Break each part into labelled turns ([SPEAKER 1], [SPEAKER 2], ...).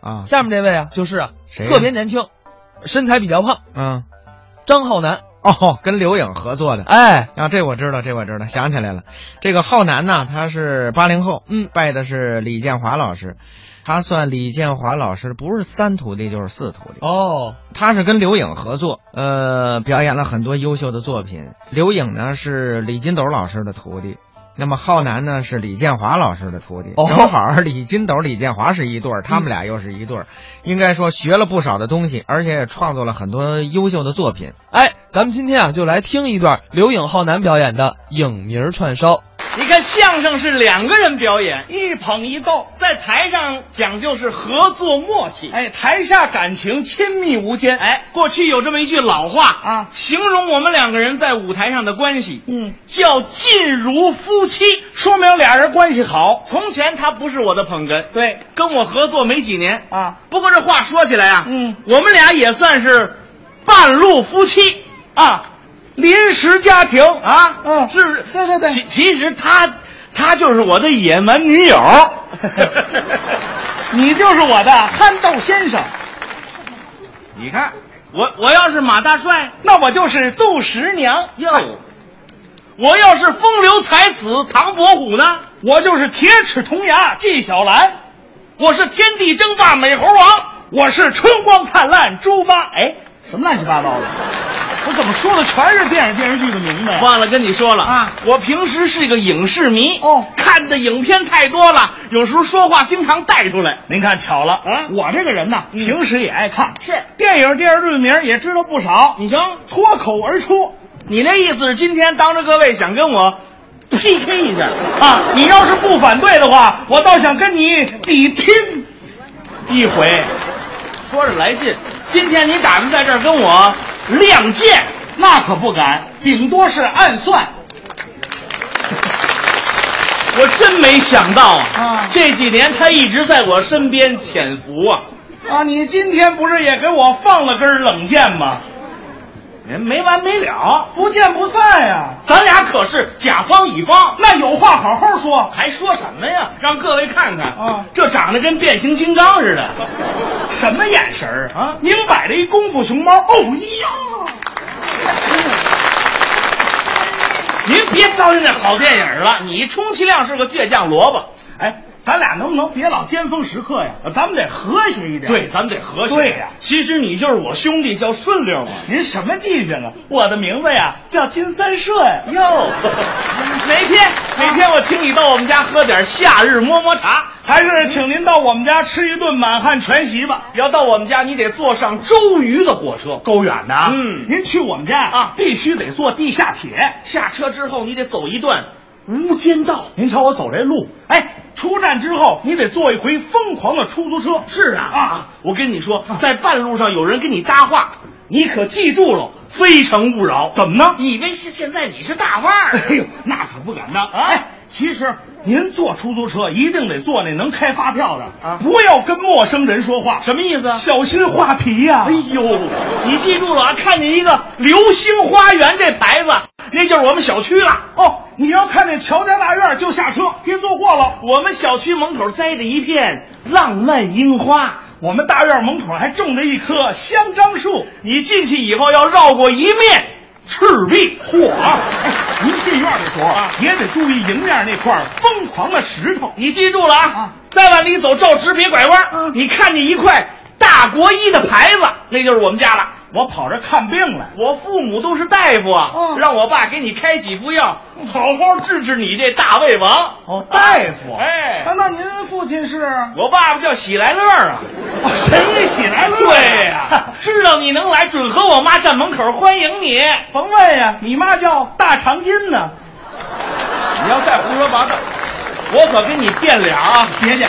[SPEAKER 1] 啊，
[SPEAKER 2] 下面这位啊，就是啊，
[SPEAKER 1] 谁呀
[SPEAKER 2] 特别年轻，身材比较胖，
[SPEAKER 1] 嗯，
[SPEAKER 2] 张浩南。
[SPEAKER 1] 哦，跟刘颖合作的
[SPEAKER 2] 哎，
[SPEAKER 1] 啊，这我知道，这我知道，想起来了。这个浩南呢，他是八零后，
[SPEAKER 2] 嗯
[SPEAKER 1] 拜的是李建华老师，他算李建华老师不是三徒弟就是四徒弟。
[SPEAKER 2] 哦，
[SPEAKER 1] 他是跟刘颖合作，呃，表演了很多优秀的作品。刘颖呢是李金斗老师的徒弟，那么浩南呢是李建华老师的徒弟。
[SPEAKER 2] 哦嗯
[SPEAKER 1] 正好儿李金斗、李建华是一对儿，他们俩又是一对儿，应该说学了不少的东西，而且也创作了很多优秀的作品。
[SPEAKER 2] 哎，咱们今天啊，就来听一段刘颖浩南表演的影名串烧。
[SPEAKER 3] 你看相声是两个人表演，一捧一逗，在台上讲究是合作默契，哎，台下感情亲密无间。哎，过去有这么一句老话啊，形容我们两个人在舞台上的关系，嗯，叫近如夫妻，说明俩人关系好。从前他不是我的捧哏，对，跟我合作没几年啊，不过这话说起来啊，嗯，我们俩也算是半路夫妻啊。临时家庭啊，嗯，是不是？对对对，其其实她她就是我的野蛮女友， 你就是我的憨豆先生。你看，我我要是马大帅，那我就是杜十娘哟。哎我要是风流才子唐伯虎呢，我就是铁齿铜牙纪晓岚。我是天地争霸美猴王，我是春光灿烂猪妈。哎，什么乱七八糟的？我怎么说的全是电影电视剧的名字呀？忘了跟你说了啊！我平时是一个影视迷哦，看的影片太多了，有时候说话经常带出来。您看巧了啊，我这个人呢，平时也爱看，是电影电视剧名也知道不少。你行，脱口而出。你那意思是今天当着各位想跟我 PK 一下啊？你要是不反对的话，我倒想跟你比拼一回。说着来劲，今天你打算在这儿跟我亮剑？那可不敢，顶多是暗算。 我真没想到啊！这几年他一直在我身边潜伏啊！啊，你今天不是也给我放了根冷箭吗？人没完没了，不见不散呀、咱俩可是甲方乙方，那有话好好说，还说什么呀？让各位看看啊，这长得跟变形金刚似 的，什么眼神儿啊？明摆着一功夫熊猫。哦呀！您别糟践那好电影了，你充其量是个倔强萝卜。哎，咱俩能不能别老尖峰时刻呀？咱们得和谐一点。对，咱们得和谐。对呀、其实你就是我兄弟，叫顺溜嘛。您什么记性啊？我的名字呀叫金三顺。哟， 哪天哪天我请你到我们家喝点夏日么么茶，还是请您到我们家吃一顿满汉全席吧。要到我们家，你得坐上周瑜的火车，够远的啊。嗯，您去我们家啊，必须得坐地下铁。下车之后，你得走一段无间道。您瞧我走这路，哎，出站之后你得坐一回疯狂的出租车。是啊，啊，我跟你说，在半路上有人跟你搭话，你可记住了。非诚勿扰，怎么呢？以为现现在你是大腕儿？ 哎呦，那可不敢当啊！哎，其实您坐出租车一定得坐那能开发票的啊，不要跟陌生人说话。什么意思啊？小心画皮呀、哎呦，你记住了啊！看见一个“流星花园”这牌子，那就是我们小区了。哦，你要看见乔家大院就下车，别坐过了。我们小区门口栽着一片浪漫樱花。我们大院门口还种着一棵香樟树，你进去以后要绕过一面赤壁。嚯、啊哎您进院的时候啊，也得注意迎面那块疯狂的石头。你记住了啊，再往里走，照直别拐弯。你看见一块大国医的牌子，那就是我们家了。我跑这看病来，我父母都是大夫啊，让我爸给你开几副药，好好治治你这大胃王。哦，大夫，哎，那您父亲是？我爸爸叫喜来乐啊。哦，谁喜来乐、啊对呀、知道你能来，准和我妈站门口欢迎你。甭问呀、你妈叫大长今呢。你要再胡说八道，我可跟你变脸啊！别介。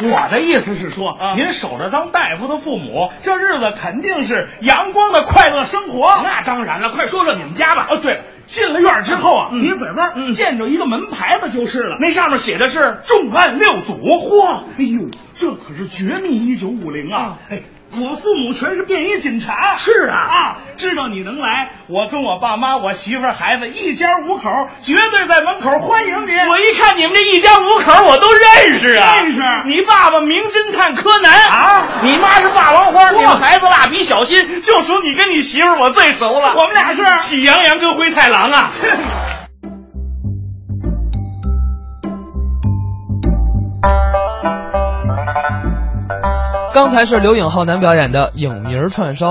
[SPEAKER 3] 我的意思是说，您守着当大夫的父母，这日子肯定是阳光的快乐生活。那当然了，快说说你们家吧。哦，对了，进了院儿之后啊，你拐弯、见着一个门牌子就是了，那上面写的是“重案六组”。嚯，哎呦，这可是绝密一九五零啊！哎。我父母全是便衣警察。是啊，啊，知道你能来，我跟我爸妈、我媳妇儿、孩子一家五口，绝对在门口欢迎你。我一看你们这一家五口，我都认识啊，认识。你爸爸名侦探柯南啊，孩子蜡笔小新，就属你跟你媳妇儿我最熟了。我们俩是喜羊羊跟灰太狼 啊。
[SPEAKER 2] 刚才是刘影浩南表演的《影名串烧》。